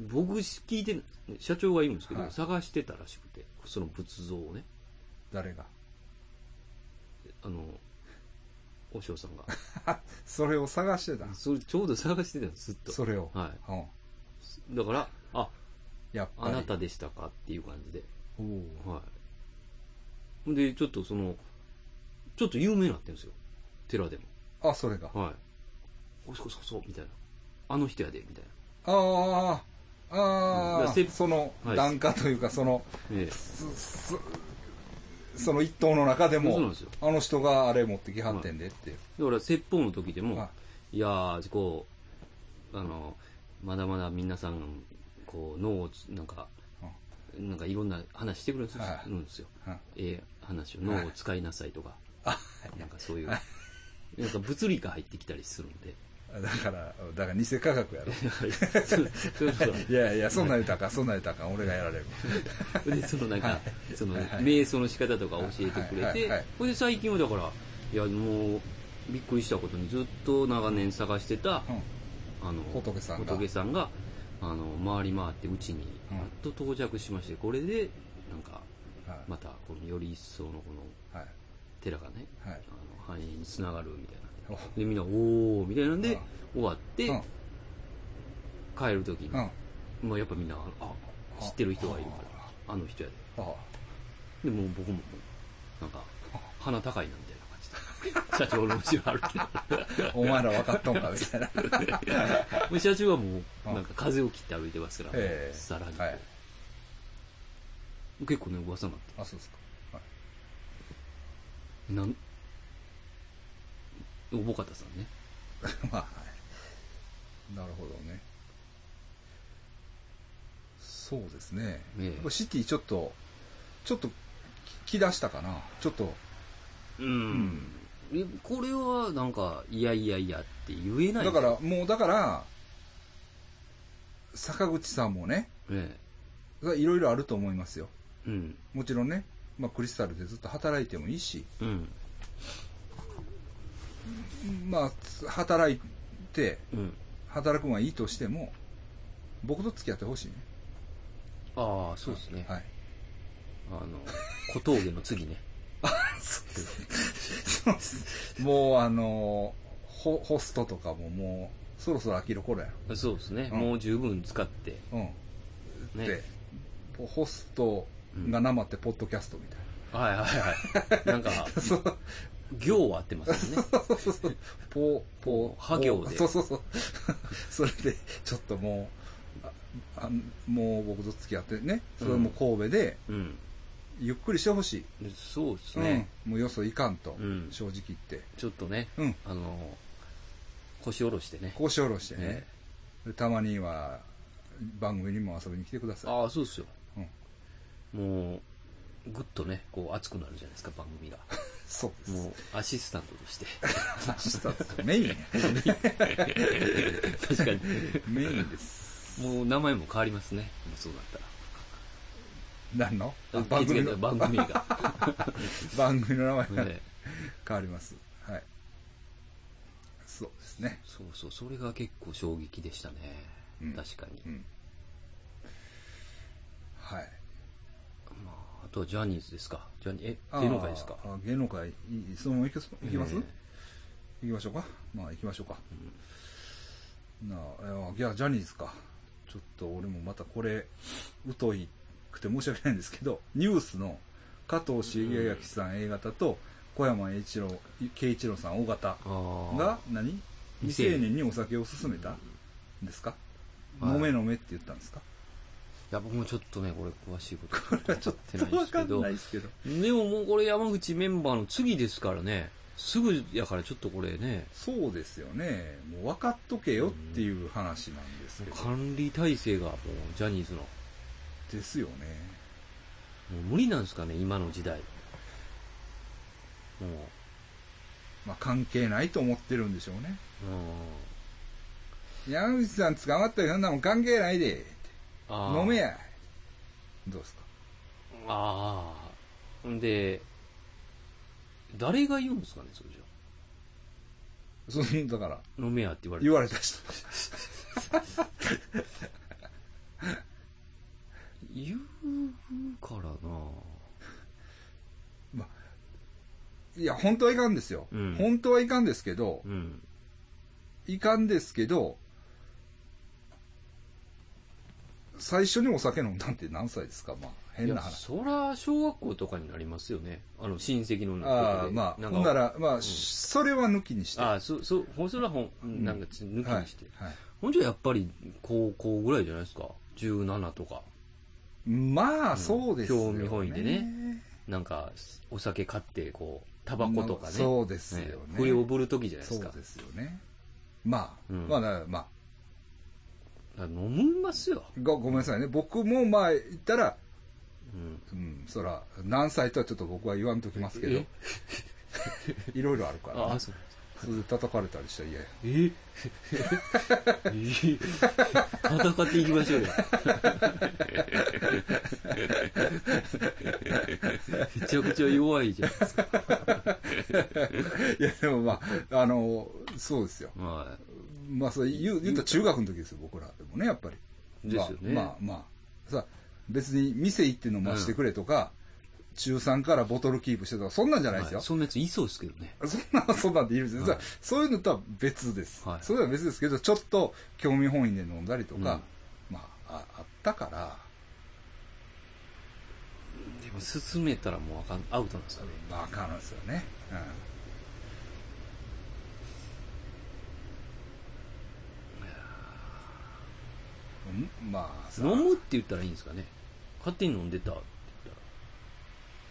僕聞いて社長が言うんですけど、
はい
探してたらしくてその仏像をね
誰が。
あの和尚さんが
それを探してたん
それちょうど探してたんですずっと
それを。
は
うん
いだからあ
やっぱ
あ
り。
なたでしたかっていう感じで。
おう。
はい。で、ちょっとその、ちょっと有名になってるんですよ。寺で
あ、それが。
も。はい。おそうそうそう、みたいな。あの人やで、みたいな。
ああ、あ
うんだ
あ
からせ、
その
はい
段下というか、その、
ええ。
すすその一党の中で
そうな
も
んですよ、
あの人があれ持ってきはってんでっていう。
だから、説法の時でも
は、
いやー、こう、あの、まだまだ皆さん、こう、脳をつ、なんか、なんかいろんな話してくるんですよ。
はい
するんですよ
はい
ええ話を、脳を使いなさいとか、
あ、
なんかそういう、なんか物理が入ってきたりするんで。
だから、だから偽科学やろ。
はいそうそうそう
いやいや、そんなん言うたらあかん、そんなん言うたらあかん、俺がやられる。
でそのなんか、その
はいはい
瞑想の仕方とか教えてく
はいは
れ
いは
て
い、
ほいで最近はだから、いやもう、びっくりしたことにずっと長年探してた、
う
あの、
仏さんが
仏さんが、あの、回り回ってうちに、
うん
やっと到着しまして、これで、なんか、
んはい
また、このより一層のこの
はい
寺がね、
はい
あの繁栄につながるみたい
お
な。で、みんな、おー、みたいなんで
あ、
終わって、帰るときに
うん、うん。
もうやっぱみんな、あ、知ってる人がいるから、あの人やで。
あ
で、もう僕ももう、なんか、鼻高いなみたいな感じで、社 長の後ろ歩きな が
あお前ら分かっとんかみ たいな。
ら、もう社長はもう、なんか風を切って歩いてますから、
ええ
さらに、
はい
結構ね、噂になって
あ、そうですか。はい
る。なん、おぼかたさんね。
まあ、はいなるほどね。そうですね。
ええ
やっぱシティちょっと、ちょっと、き出したかな。ちょっと、
うん。えこれは、なんか、いやいやいやって言えない。
だか、ら、もうだから、坂口さんもね、
え
いろいろあると思いますよ。
え。うん。
もちろんね、まあ、クリスタルでずっと働いてもいいし、
うん。
まあ、つ働いて、
うん。
働くのはいいとしても、僕と付き合ってほしいね。
ああ、そうですね。
はい。
あの、小峠の次ね。
そうですもうあのホホストとかももうそろそろ飽きる頃や
そうですね。
うん
もう十分使って、
ろうん、
ね。
でホストが生ってポッドキャストみたい
はいはい はい。なんか、
な、そう
行は合ってますよね。
そうそうそうポポ
は行で
そうそうそう それでちょっともうああもう僕と付き合ってねそれも神戸で
うん。
ゆっくりしてほしい、
そうですね。
うん、もうよそいかんと、
うん
正直言って
ちょっとね、
うん
あの、腰下ろしてね。
腰下ろしてね
ね
でたまには番組にも遊びに来てください
ああ、そ うですよ。もう、ぐっとね、こう熱くなるじゃないですか、番組が。
そうです。
もうアシスタントとして
メインや。
確かに
メインです。
もう名前も変わりますねもうそうだった
何のあ
ら
番組
気づ
の
けた 番組が
番組の名前が
ね
変わります。はい。そうですね。
そうそうそれが結構衝撃でしたね、
うん
確かに、
うん。はい。
まあ、あとはジャニーズですかジャニえ
あー
芸能界ですか
あ芸能界、いいそのままいきますいきます、
え
行きましょうか。まあ行きましょうか。なあ、いや、ジャニーズか。ちょっと俺もまたこれ、疎いくて申し訳ないんですけど、ニュースの加藤茂明さん A 型と小山栄一郎、慶一郎さん O 型
ーあー
が何未
未
成
成年
年にお酒を勧めたんですか、
はい
飲め飲めって言ったんですか
いや僕もちょっとねこれ詳しいことこ
ちょっと わかんないですけど。
でももうこれ山口メンバーの次ですからねすぐやからちょっとこれね
そうですよね。もう分かっとけよっていう話なんですけど。
管理体制がもうジャニーズのも
ですよね。
う無理なんですかね今の時代もう
まあ関係ないと思ってるんでしょうね。
うん
山口さん捕まったけどそんなもん関係ないで。
あー
飲めや。どうですか
ああんで誰が言うんですかねそれじゃ
そのだから、
飲めやって言われて
言われた 人。
言うからな
はいや、本当はいかんですよ。
うん
本当はいかんですけど、
うん
いかんですけど、最初にお酒飲んだんって何歳ですかまあ、変ない
や
話。
そら小学校とかになりますよねあの親戚の中
ああ、
で
まあ、
ん
ほんなら、まあ、それは抜きにして。
ああそそほそらほん、なんかつ抜き
はい
にして、
はい
ほんじゃやっぱり高校ぐらいじゃないですか17とか
まあ、そうですよね。
興味本位でねなんかお酒買ってこうタバコとかね
そうですよね。
振りおぶる時じゃないで
そ
す
う
か
ですよね。まあ、
うん
まあだから、まあ、
あ飲みますよ、
ごごめんなさいね。僕もまあ、言ったら、
うん、
うん、そら、何歳とはちょっと僕は言わんときますけど
え、
いろいろあるから、
ああ
ね。
そう
それで叩かれたりしたら嫌や。
ええ戦っていきましょうよ。めちゃくちゃ弱いじゃないですか。
いや、でもまあ、あの、そうですよ。
は
まあ、そう言う、言ったら中学の時ですよ、僕らでもね、やっぱり。
い。ですよね。
まあ、まあ、まあ、さ、別に店行って飲ましてくれとか、中3からボトルキープしてとか、そんなんじゃないですよ
はい。そんなやついそうですけどね。
そんな、そんなんでいるんですよ、
はい
そういうのとは別です。
はい
それは別ですけど、ちょっと興味本位で飲んだりとか、まあ、ああったから、
でも進めたらもうあかん、アウトなんですかね。
まあ、あかんのですよね。うん。うんまあさ、
飲むって言ったらいいんですかね。勝手に飲んでたって言っ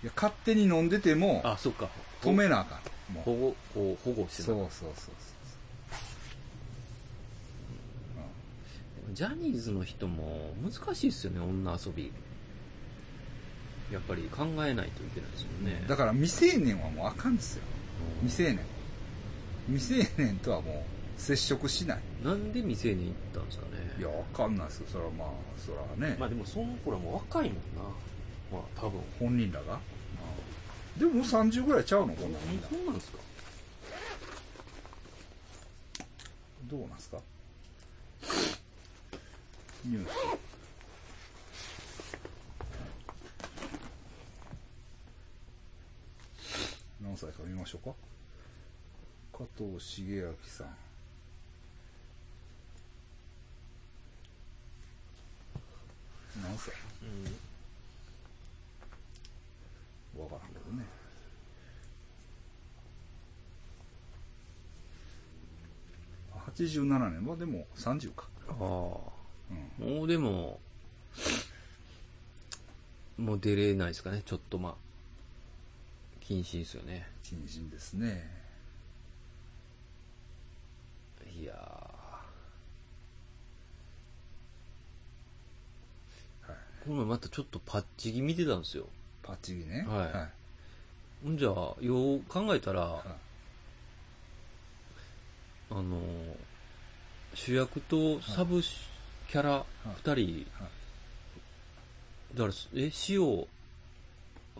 いや勝手に飲んでても
たら。あ、そっか。
止めなあかん。もう
保護、こう保護してた
そうそうそうそう。
ジャニーズの人も難しいですよね、女遊び。やっぱり考えないといけないですよね。
だから未成年はもうあかんですよ。
うん
未成年。未成年とはもう接触しない。
なんで未成年行ったんですかね。
いや、わかんないですよ。それはまあ、それはね。
まあでもその頃はもう若いもんな。まあ多分。
本人らが。でももう30ぐらいちゃうのこんなみんな。
そうなんですか。
どうなんすかニュース。何歳か見ましょうか。加藤茂明さん。何歳わからんけどね。87年はでも30か。
ああ。も
うん。
うでも、もう出れないですかね。ちょっとまあ、謹慎ですよね。
謹慎ですね。
いや
はい。
ー。この前またちょっとパッチギ見てたんですよ。
パッチギね。
はい
は
んじゃあ、よう考えたら、あの、主役とサブキャラ二人、だから、え、塩、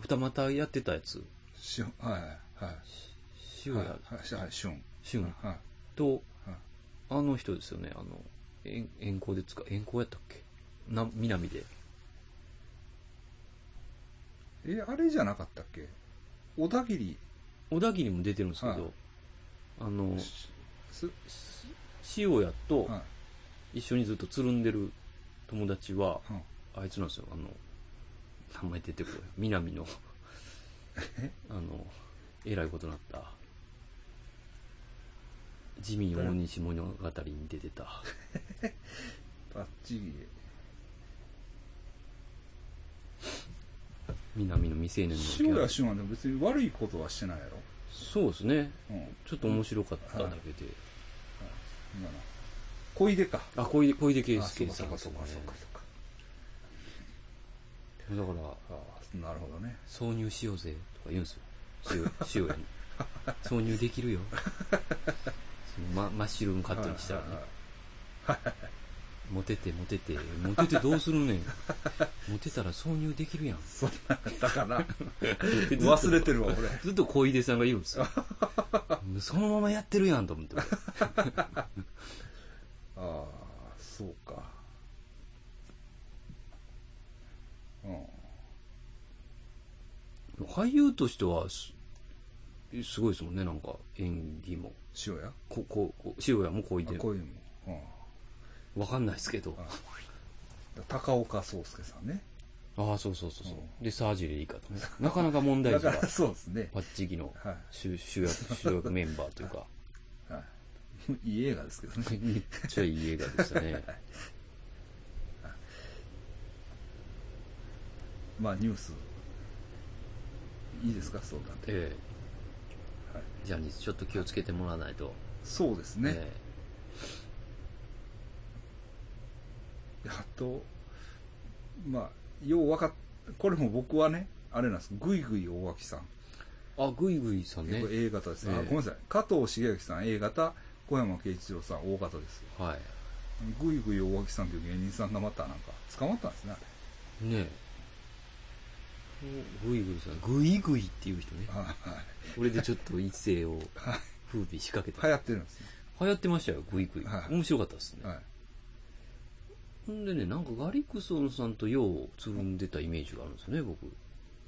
二股やってたやつ、
しゅん、はいはいはい。
塩
はい
や、
はいはい、しゅん。
シュン
はい。
と
はい、
あの人ですよね、あの、遠遠行で使う、遠行やったっけな、南で。
え、あれじゃなかったっけ小田切。
小田切も出てるんですけど、
はい
あの、
しす
し塩やと
はい
一緒にずっとつるんでる友達は、
うん
あいつなんですよ、あの、名前出てこない。南の、あの、えらいことになった。自民大西物語に出てた。
バッチリ。
南の未成年のキ
塩
ャ
谷
ラ。
俊はでも別に悪いことはしてないやろ。
そうですね。
うん。
ちょっと面白かっただけで。
今な。小出か。
あ、小出、小出圭
あ
介さん
か
です
そ
ね
うかそうかそうか。
だから、
ああ、なるほどね。
挿入しようぜとか言うんですよ。塩、 塩やに。挿入できるよ。そのま、マッシュルームカットにしたらね
はいはい。はい
モテてモテて、モテてどうするね ん。モテたら挿入できるやん。
そんな、だから、 忘れてるわ、俺。
ずっと小出さんが言うん ですよ。そのままやってるやんと思って。
ああ、そうか。うん。
俳優としてはす、すごいですもんね、なんか演技も。
塩や
こ、こ、こ塩谷も小
あ、
出。
こういうのも。うん。
わかんないですけど。
だ高岡壮介さんね。
ああ、そうそうそうそ
う。
うで、サージュリーかとね。なかなか問題
だ
児
か
が、
ら、そうですね。
パッチギの
は
主主役、主役メンバーというか、
い。はい。 いい映画ですけどね。
めっちゃいい映画でした ね。
まあ、ニュース。いいですか、そうなんで。
え
はい
え。ジャニーズ、ちょっと気をつけてもらわないと。
そうですね。
え
やっと、まあ、ようわかっ、これも僕はね、あれなんです。ぐいぐい大脇さん。
えあ、グイグイさんね
こ。れ A 型ですね。あ
ええ
ごめんなさい。加藤茂之さん A 型、小山慶一郎さん O 型です。
は
ぐいぐい大脇さんという芸人さんがまたなんか捕まったんですね。あ
い。ねえ。グイグイさん。グイグイっていう人ね
れ。はいはい
これでちょっと一世を
はい
風靡仕掛けた。
流行ってるんですね。
流行ってましたよ、グイグイ。
はい
面白かったですね。
はい。
ほんでね、なんかガリクソンさんとようつるんでたイメージがあるんですよね、僕。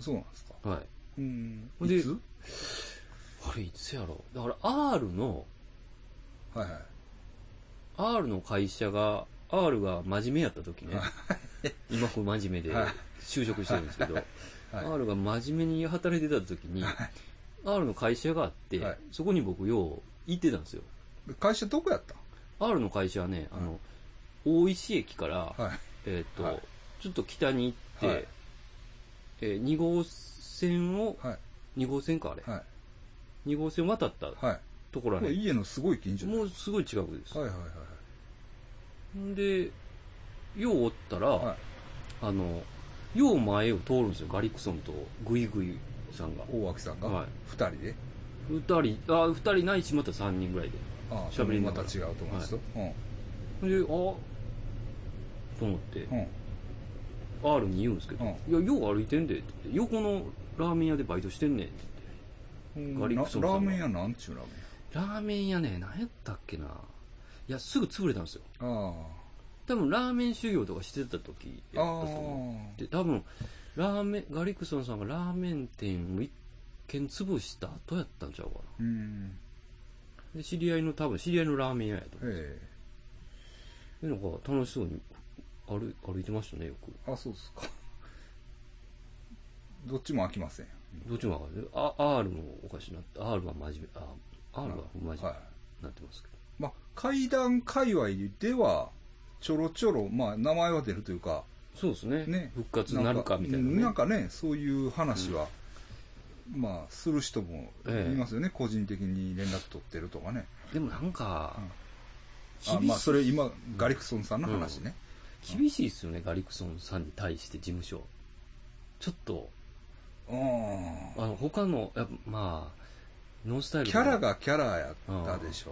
そうなんですか。
はい。
うん。
で
いつ
あれ、いつやろだから R の、
はいはい。
R の会社が、R が真面目やった時 ね
は、
今こう真面目で
はい
就職してるんですけど、
はい
R が真面目に働いてた時に、R の会社があって
はい、
そこに僕よう行ってたんですよ。
で会社どこやった
R の会社はね、あの、大石駅から、
はい。
えっ
は
と
い、
ちょっと北に行っ
はい
て、えー2号線を、
はい。
2号線かあれ、
はい。
2号線を渡った
はい。
ところ
これ
ね、
家のすごい近所で
もうすごい近くです
す。。はいはいは
んで、ようおったら、
い。はい。
あの、よう前を通るんですよ、ガリクソンとグイグイさんが。
大脇さん
は
が
い
二人で。
二人、あ、二人ないし、また三人ぐらいで。
ああ、
喋りな
ま
が
た
ら
違う友達と。うん。
んで、あと思って、
うん。
R に言うんですけど、
うん
いや、よう歩いてんで、って言って横のラーメン屋でバイトしてんねんって
うん
ガリ
ラ
クソンさんが
ラーメン屋なんちゅうラーメン
言って。ラーメン屋ね、何やったっけないや、すぐ潰れたんですよ。
あ
多分、ラーメン修行とかしてた時
あ。
や
あ
ったと思
あ。
う。で多分ラーメンガリクソンさんがラーメン店を一軒潰した後やったんちゃうかな
うん。
で知り合いの多分知り合いのラーメン屋やと思う
え
でなんか楽しそうに歩い歩いてましたねよく
え。あ、そうですか。どっちも飽きません。
どっちも分かるあ R もおかしなって R は真面目あ R は真面目に
はい。
なってますけど、
まあ、階段界隈では、ちょろちょろ、まあ、名前は出るというか、
そうですね
ね
復活なるかみたいな,、
うんなんかね、そういう話は、まあ、する人もいますよね、個人的に連絡取ってるとかね。
でもなんか、
あ
厳しい
まあ、それ今、ガリクソンさんの話ね。
厳しいですよねガリクソンさんに対して事務所ちょっと
うん
あの他のやっぱまあノンスタイル
キャラ
が
がキャラやったでしょ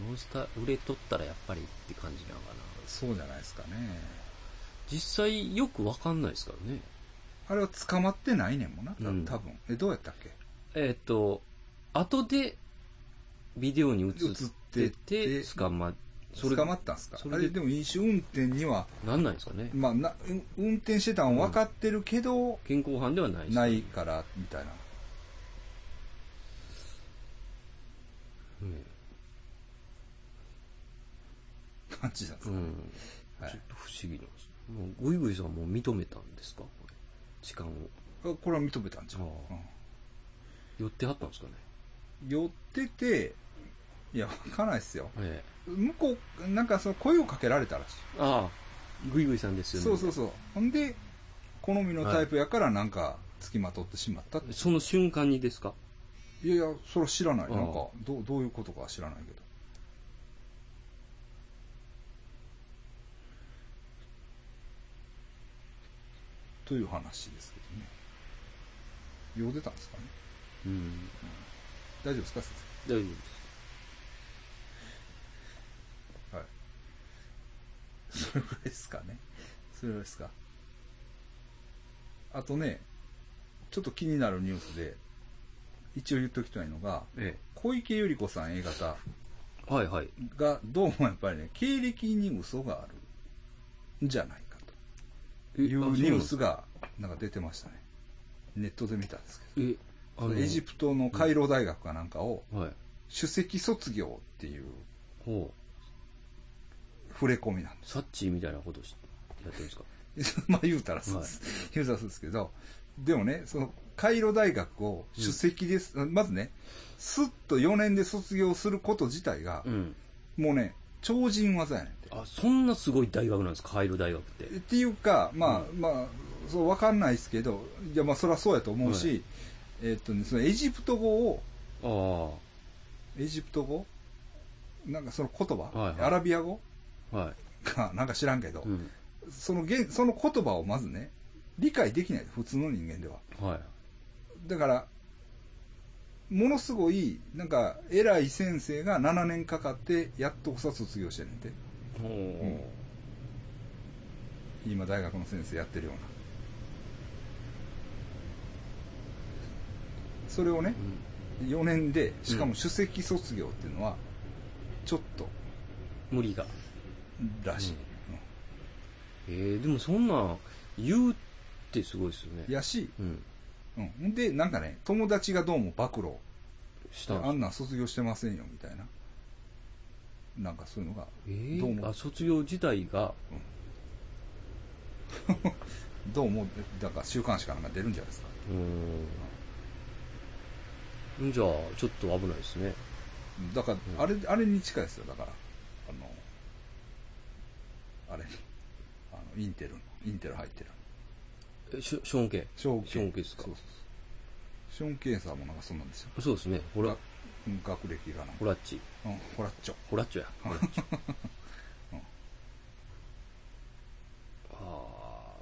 う
ノンスタ売れとったらやっぱりって感じなのかな
そうじゃないですかね
実際よくわかんないですからね
あれは捕まってないねんもんな、た
うん
多分えどうやったっけ
えーっと後でビデオに映って
映って
て
て
捕まそれ
捕まったんすか
そ
あれ
れで
でも飲酒運転には、
なんないんですかね
まあ、なうん運転してたん分かってるけど、
健康犯ではないです
ないからみたいな
うん
感じなんです
う
か、
ん
はい
ちょっと不思議なんです。もうグイグイさんもう認めたんですかこれ。痴漢を。
これは認めたんじゃん、
ああ寄ってはったんですかね
うん寄ってていや分かんないっすよ
え
向こうなんかその声をかけられたらしい
え。ああ、グイグイさんですよね。
そうそうそう。ほんで、好みのタイプやからなんか、つきまとってしまったって。
その瞬間にですか
い、やいや、それは知らない。
あ
な
あ
んか、どう、どういうことかは知らないけど。という話ですけどね。よう出たんですかね。
うん。
大丈夫ですか先
大丈夫です。
生。はい。それぐらいですかね。それぐらいですか。あとね、ちょっと気になるニュースで、一応言っときたいのが、
え
小池百合子さん A 型
え。はいはい。
がどうもやっぱりね経歴に嘘があるんじゃないかと
え
いう
あそうなん
ニュースがなんか出てましたねネットで見たんですけ
え、あ
ど
の、
エジプトのカイロ大学かなんかを
はい。
首席卒業っていう
ほ
触れ込みなんで
う。サッチーみたいなことしやってるんですか
す まあ言うたらそうです、言うたらそうですけどでもねそのカイロ大学を首席です、まずねスッと4年で卒業すること自体が、
うん。
もうね超人技やねんて
あ、そんなすごい大学なんですかカイロ大学って。
っていうか、まあ、まあ、そう、わかんないですけど、いや、まあ、そりゃそうやと思うし、
は
えっとね、そのエジプト語を、
ああ。
エジプト語なんかその言葉、
はいはい
アラビア語
は
か、なんか知らんけど、
い。うん。
その言、その言葉をまずね、理解できない、普通の人間では。
はい。
だから、ものすごい、なんか、偉い先生が7年かかって、やっとさ卒業してんねんて。
ほう。
今、大学の先生やってるような。それをね、
うん
4年でしかも首席卒業っていうのはちょっと
無理が。
らしい、
えー、でもそんなん言うってすごいですよね。
うんやし、
うん。
うん、でなんかね友達がどうも暴露
したんです
あんなん卒業してませんよみたいななんかそういうのが
えー
どうも
あ卒業自体が、
どうもだから週刊誌かなんか出るんじゃないですか
うーん。じゃあ、ちょっと危ないですね。
だか
うん
らあれあれに近いですよだからあのあれあのインテルのインテル入ってる
えショショーン系。
ショーン
ショーンケですか
そうそうそうショーン・ケンさんもなんかそんなんですよ
そうですね。ほら
が、うん学歴がなんか
ほらっち。
うん、ほらっちょ。
ほらっちょや。ほらっちょ。 あ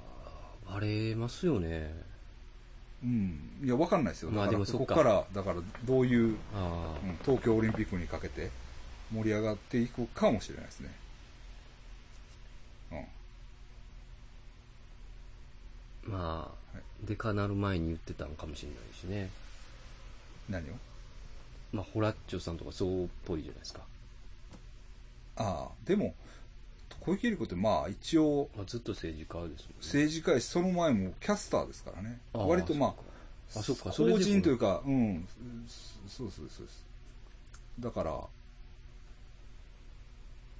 ーバレますよね。
うん。いや、わかんないですよ。だ
まあ
から
でもそっか
ここから、だから、どういう、
あ
う
ー
ん東京オリンピックにかけて盛り上がっていくかもしれないですね。うん。
まあ、
は
でかなる前に言ってたんかもしれないしね。
何を
まあ、ホラッチョさんとかそうっぽいじゃないですか。
ああ、でも、小池百合子って、まあ、一応、
まあ、ずっと政治家ですもんね。
政治家やし、その前もキャスターですからね。
あー
割とまあ、
あ、そっか、それで
法人というか、うん、そうそうそうです。だから、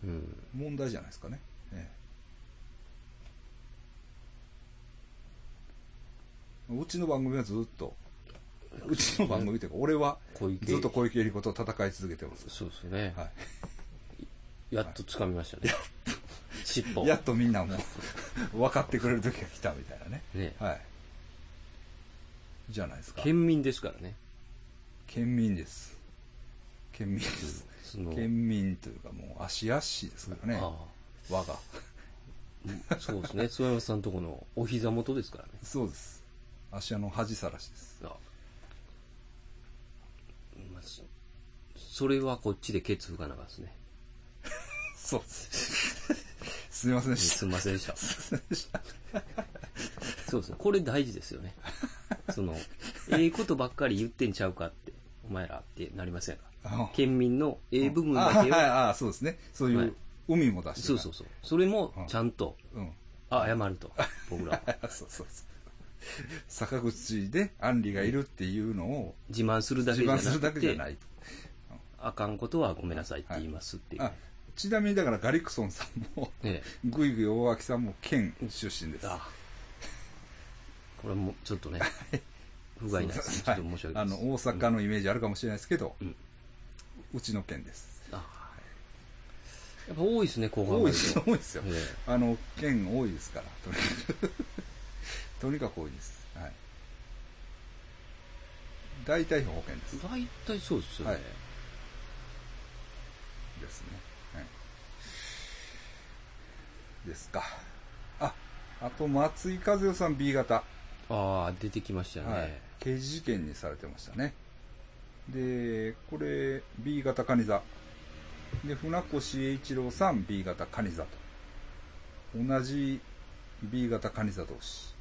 うん。
問題じゃないですかね。ええ、うちの番組はずっと、うちの番組というか、俺は
小池。
ずっと小池百合子と戦い続けてます。
そうですね。
は
やっと掴みましたね。尻尾。
い、やっとみんなも分かってくれる時が来たみたいなね。
ね。
はい。じゃないですか。
県民ですからね。
県民です。県民です。
その、
県民というか、もう足足ですからね。
あ
我が。
あそうですね。諏訪山さんとこのお膝元ですからね。
そうです。足の恥さらしです。
あまあそそれはこっちでケツ吹かなかったですね。
そうです。 すみませんでし
す
た。
みませんでした。
すいませんでした。
そうですね。これ大事ですよね。その、ええことばっかり言ってんちゃうかって、お前らってなりませんか
あ
県民のええ部分
あ
だ
はい
けを、
はいああ、そうですね。そうい、
はいう
海も出して
そうそうそう。それもちゃんと、
う。うん。
あ、謝ると。僕らは。
あそうそうそう。坂口でアンリがいるっていうのを
自慢するだけ
自
じ
慢
ゃな
するだ
く
けじゃ
て、
ないと。
あかんことはごめんなさいって言いますっていう。
あちなみにだからガリクソンさんも、
え
グイグイ大脇さんも県出身で
え
す。
あこれもちょっとね、不甲
は
斐
い
ないです。ちょっと申し訳な
あ
いで
の
す。
大阪のイメージあるかもしれないですけど、
うん
うちの県です。
あやっぱ多いですね、後半
多いです、多いですよ。
え
あの、県多いですから、とにかく。 とにかく多いです。はい。大体兵庫県です
え。大体そうですよね。
はいですね。はい。ですか。あ、あと松井和代さん B 型。
ああ、出てきましたね。
はい。刑事事件にされてましたね。で、これ、B 型カニ座。で、船越英一郎さん B 型カニ座と。同じ B 型カニ座同士。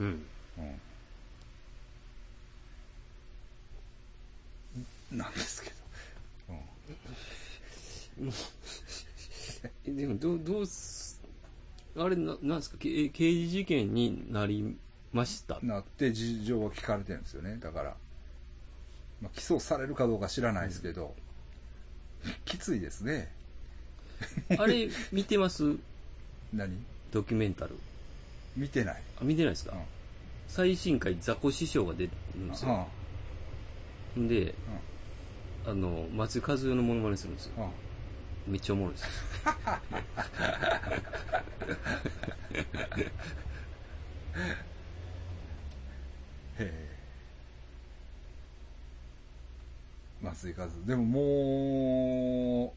うん。
うん、なんですけど、うん、
えでも、どう、どうす、あれ、な、なんですか、けえ刑事事件になりました。
なって事情は聞かれてるんですよねだから、まあ、起訴されるかどうか知らないですけど、きついですね
あれ、見てます
何
ドキュメンタル。
見てない、
あ、見てないです
う
か、
ん
最新回、ザコ師匠が出てるんですよ。んで、あの、松井和代のモノマネするんですよ。
うんうん
めっちゃおもろいです。
へえ松井和でもも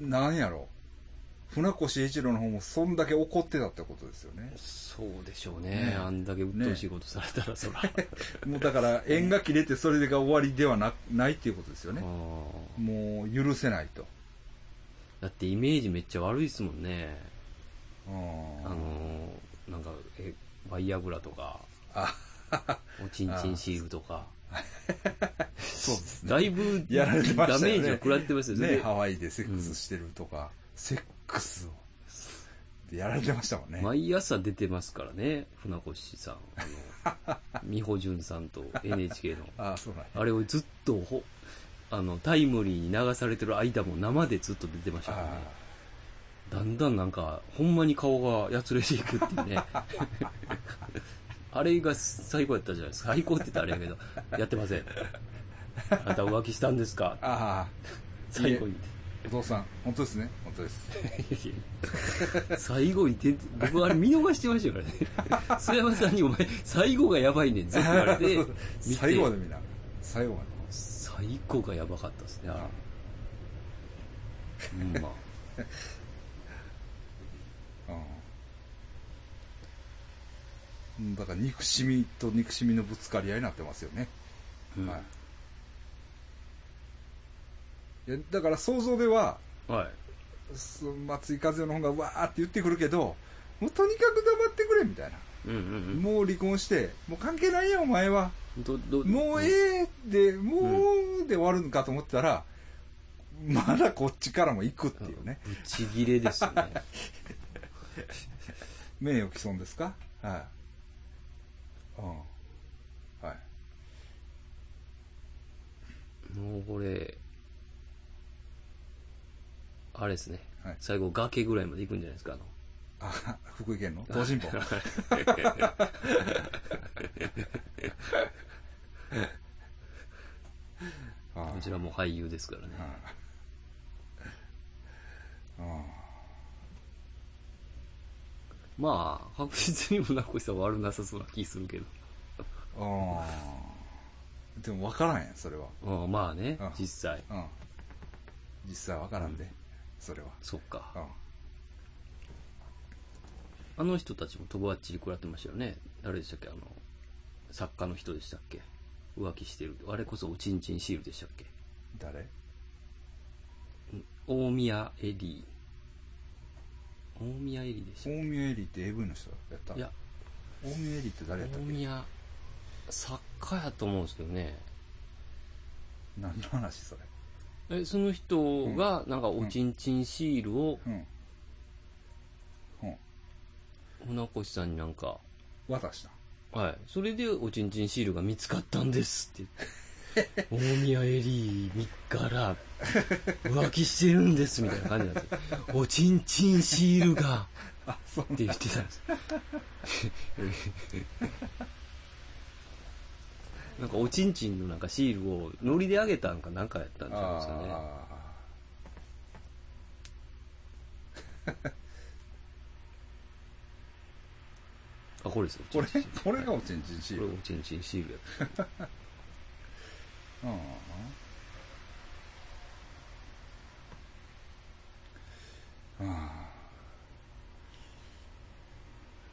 うなんやろ船越英一郎の方もそんだけ怒ってたってことですよね
そうでしょうね。
ね
あんだけ鬱陶しいことされたら、そ ら。
もうだから縁が切れてそれが終わりではなないっていうことですよね
あー
もう許せないと
だってイメージめっちゃ悪いですもんね。
うん
あのーなんか、え、バイアグラとか、
あ
おちんちんシールとか、
そうですね
だいぶ、
やられてましたよね
ダメージを食らってますよ
ね
で
ハワイでセックスしてるとか、セックスをでやられてましたもんね
毎朝出てますからね、船越さん。あ の、美穂潤さんと NHK の。
ああそうなんや
あれをずっとほ、あの、タイムリーに流されてる間も生でずっと出てましたからね
あ。
だんだんなんか、ほんまに顔がやつれていくっていう ね。あれが最高やったじゃないですか。最高って言ったらあれやけど、やってません。あなた浮気したんですか
あああ
最後に。
お父さん本当ですね本当です
最後に出て、僕あれ見逃してましたからね。須山さんにお前、最後がやばいねん、全部あれで。 見て
最後まで見な最後まで
最後がやばかったですね、あれ
あ。
うん、まあ。
うんだから憎しみと憎しみのぶつかり合いになってますよね、
うん
はいいやだから想像では
はい。
そ松井和代の方がわーって言ってくるけどもうとにかく黙ってくれみたいな、
うんうん
もう離婚してもう関係ないやお前は
うん。ど、ど、
もうええで、もうで終わるのかと思ったら、まだこっちからも行くっていうね。
ぶち切れですよね。
名誉毀損ですかはい。うん。はい。
もうこれ、あれですね。
はい
最後崖ぐらいまで行くんじゃないですか、あの。
あ、福井県の東進法。あ
こちらも俳優ですからね。
あうん
まあ、確実に船越さんは悪なさそうな気するけ
う
ど。
んでも分からんやん、それは。
うん、まあね
うん、
実際。
うん。実際分からんで、それは。
そっか。
うん。
あの人たちもとばっちり食らってましたよね。誰でしたっけあの、作家の人でしたっけ浮気してる。あれこそおちんちんシールでしたっけ
誰
大宮エリー。大宮エリーでしたっ
大宮エリーって AV の人やった
けいや、
大宮エリーって誰やった
大
っけ
宮、作家やと思うんですけどね。
何の話それ
え、その人が、なんか、おちんちんシールを、
うんうん
船越さんになんか、
渡した
はい。それで、おちんちんシールが見つかったんですって言って。大宮エリーから浮気してるんですみたいな感じなんですよ。おちんちんシールが
あそう
って言ってたんです。 なんかおちんちんのなんかシールをノリであげたんかなんかやったんじゃないですかね。
あ
あ、これですよ。
ーこれ
おちん
これ
ちん
がおちんちんシー
こ
ル
れおちんちんシールや。
うんあー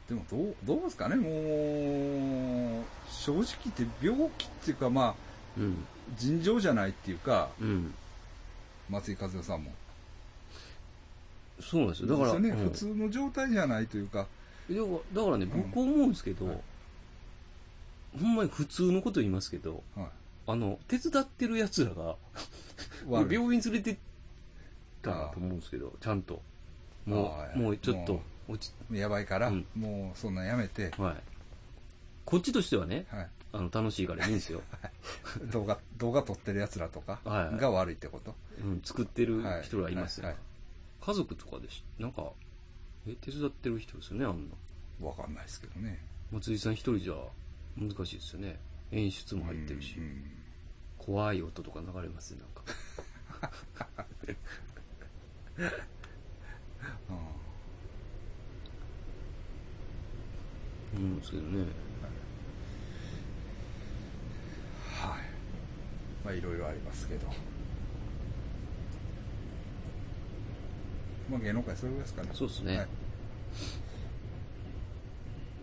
でもどうどうですかねもう正直言って病気っていうかまあ
うん。
尋常じゃないっていうか
うん。
松井和代さんも
そうなんですよ。だから、
ですよね
う
普
ん
通の状態じゃないというか
いやだからね、
ん
僕思うんですけど、
はい
ほんまに普通のこと言いますけど、
はい
あの、手伝ってる奴らが、
悪い
病院連れてったなと思うんですけど、ちゃんと。も
あー
う、もうちょっと
も、
落ち、
やばいから、
うん
もうそんなんやめて、
はい。こっちとしてはね、
はい、
あの、楽しいからいいんですよ。
動画動画撮ってるやつらとか
はい
が悪いってこと、
うん、作ってる
はい
人らいますよ。
はい
家族とかでし、なんか、え、手伝ってる人ですよね、あんな。
わかんないですけどね
松井さん一人じゃ難しいですよね。演出も入ってるし。
うんうん
怖い音とか流れますね、なんか。
うん
思うんですけどね。
はいまあいろいろありますけどまあ芸能界それぐらいですかね
そうですね。
はい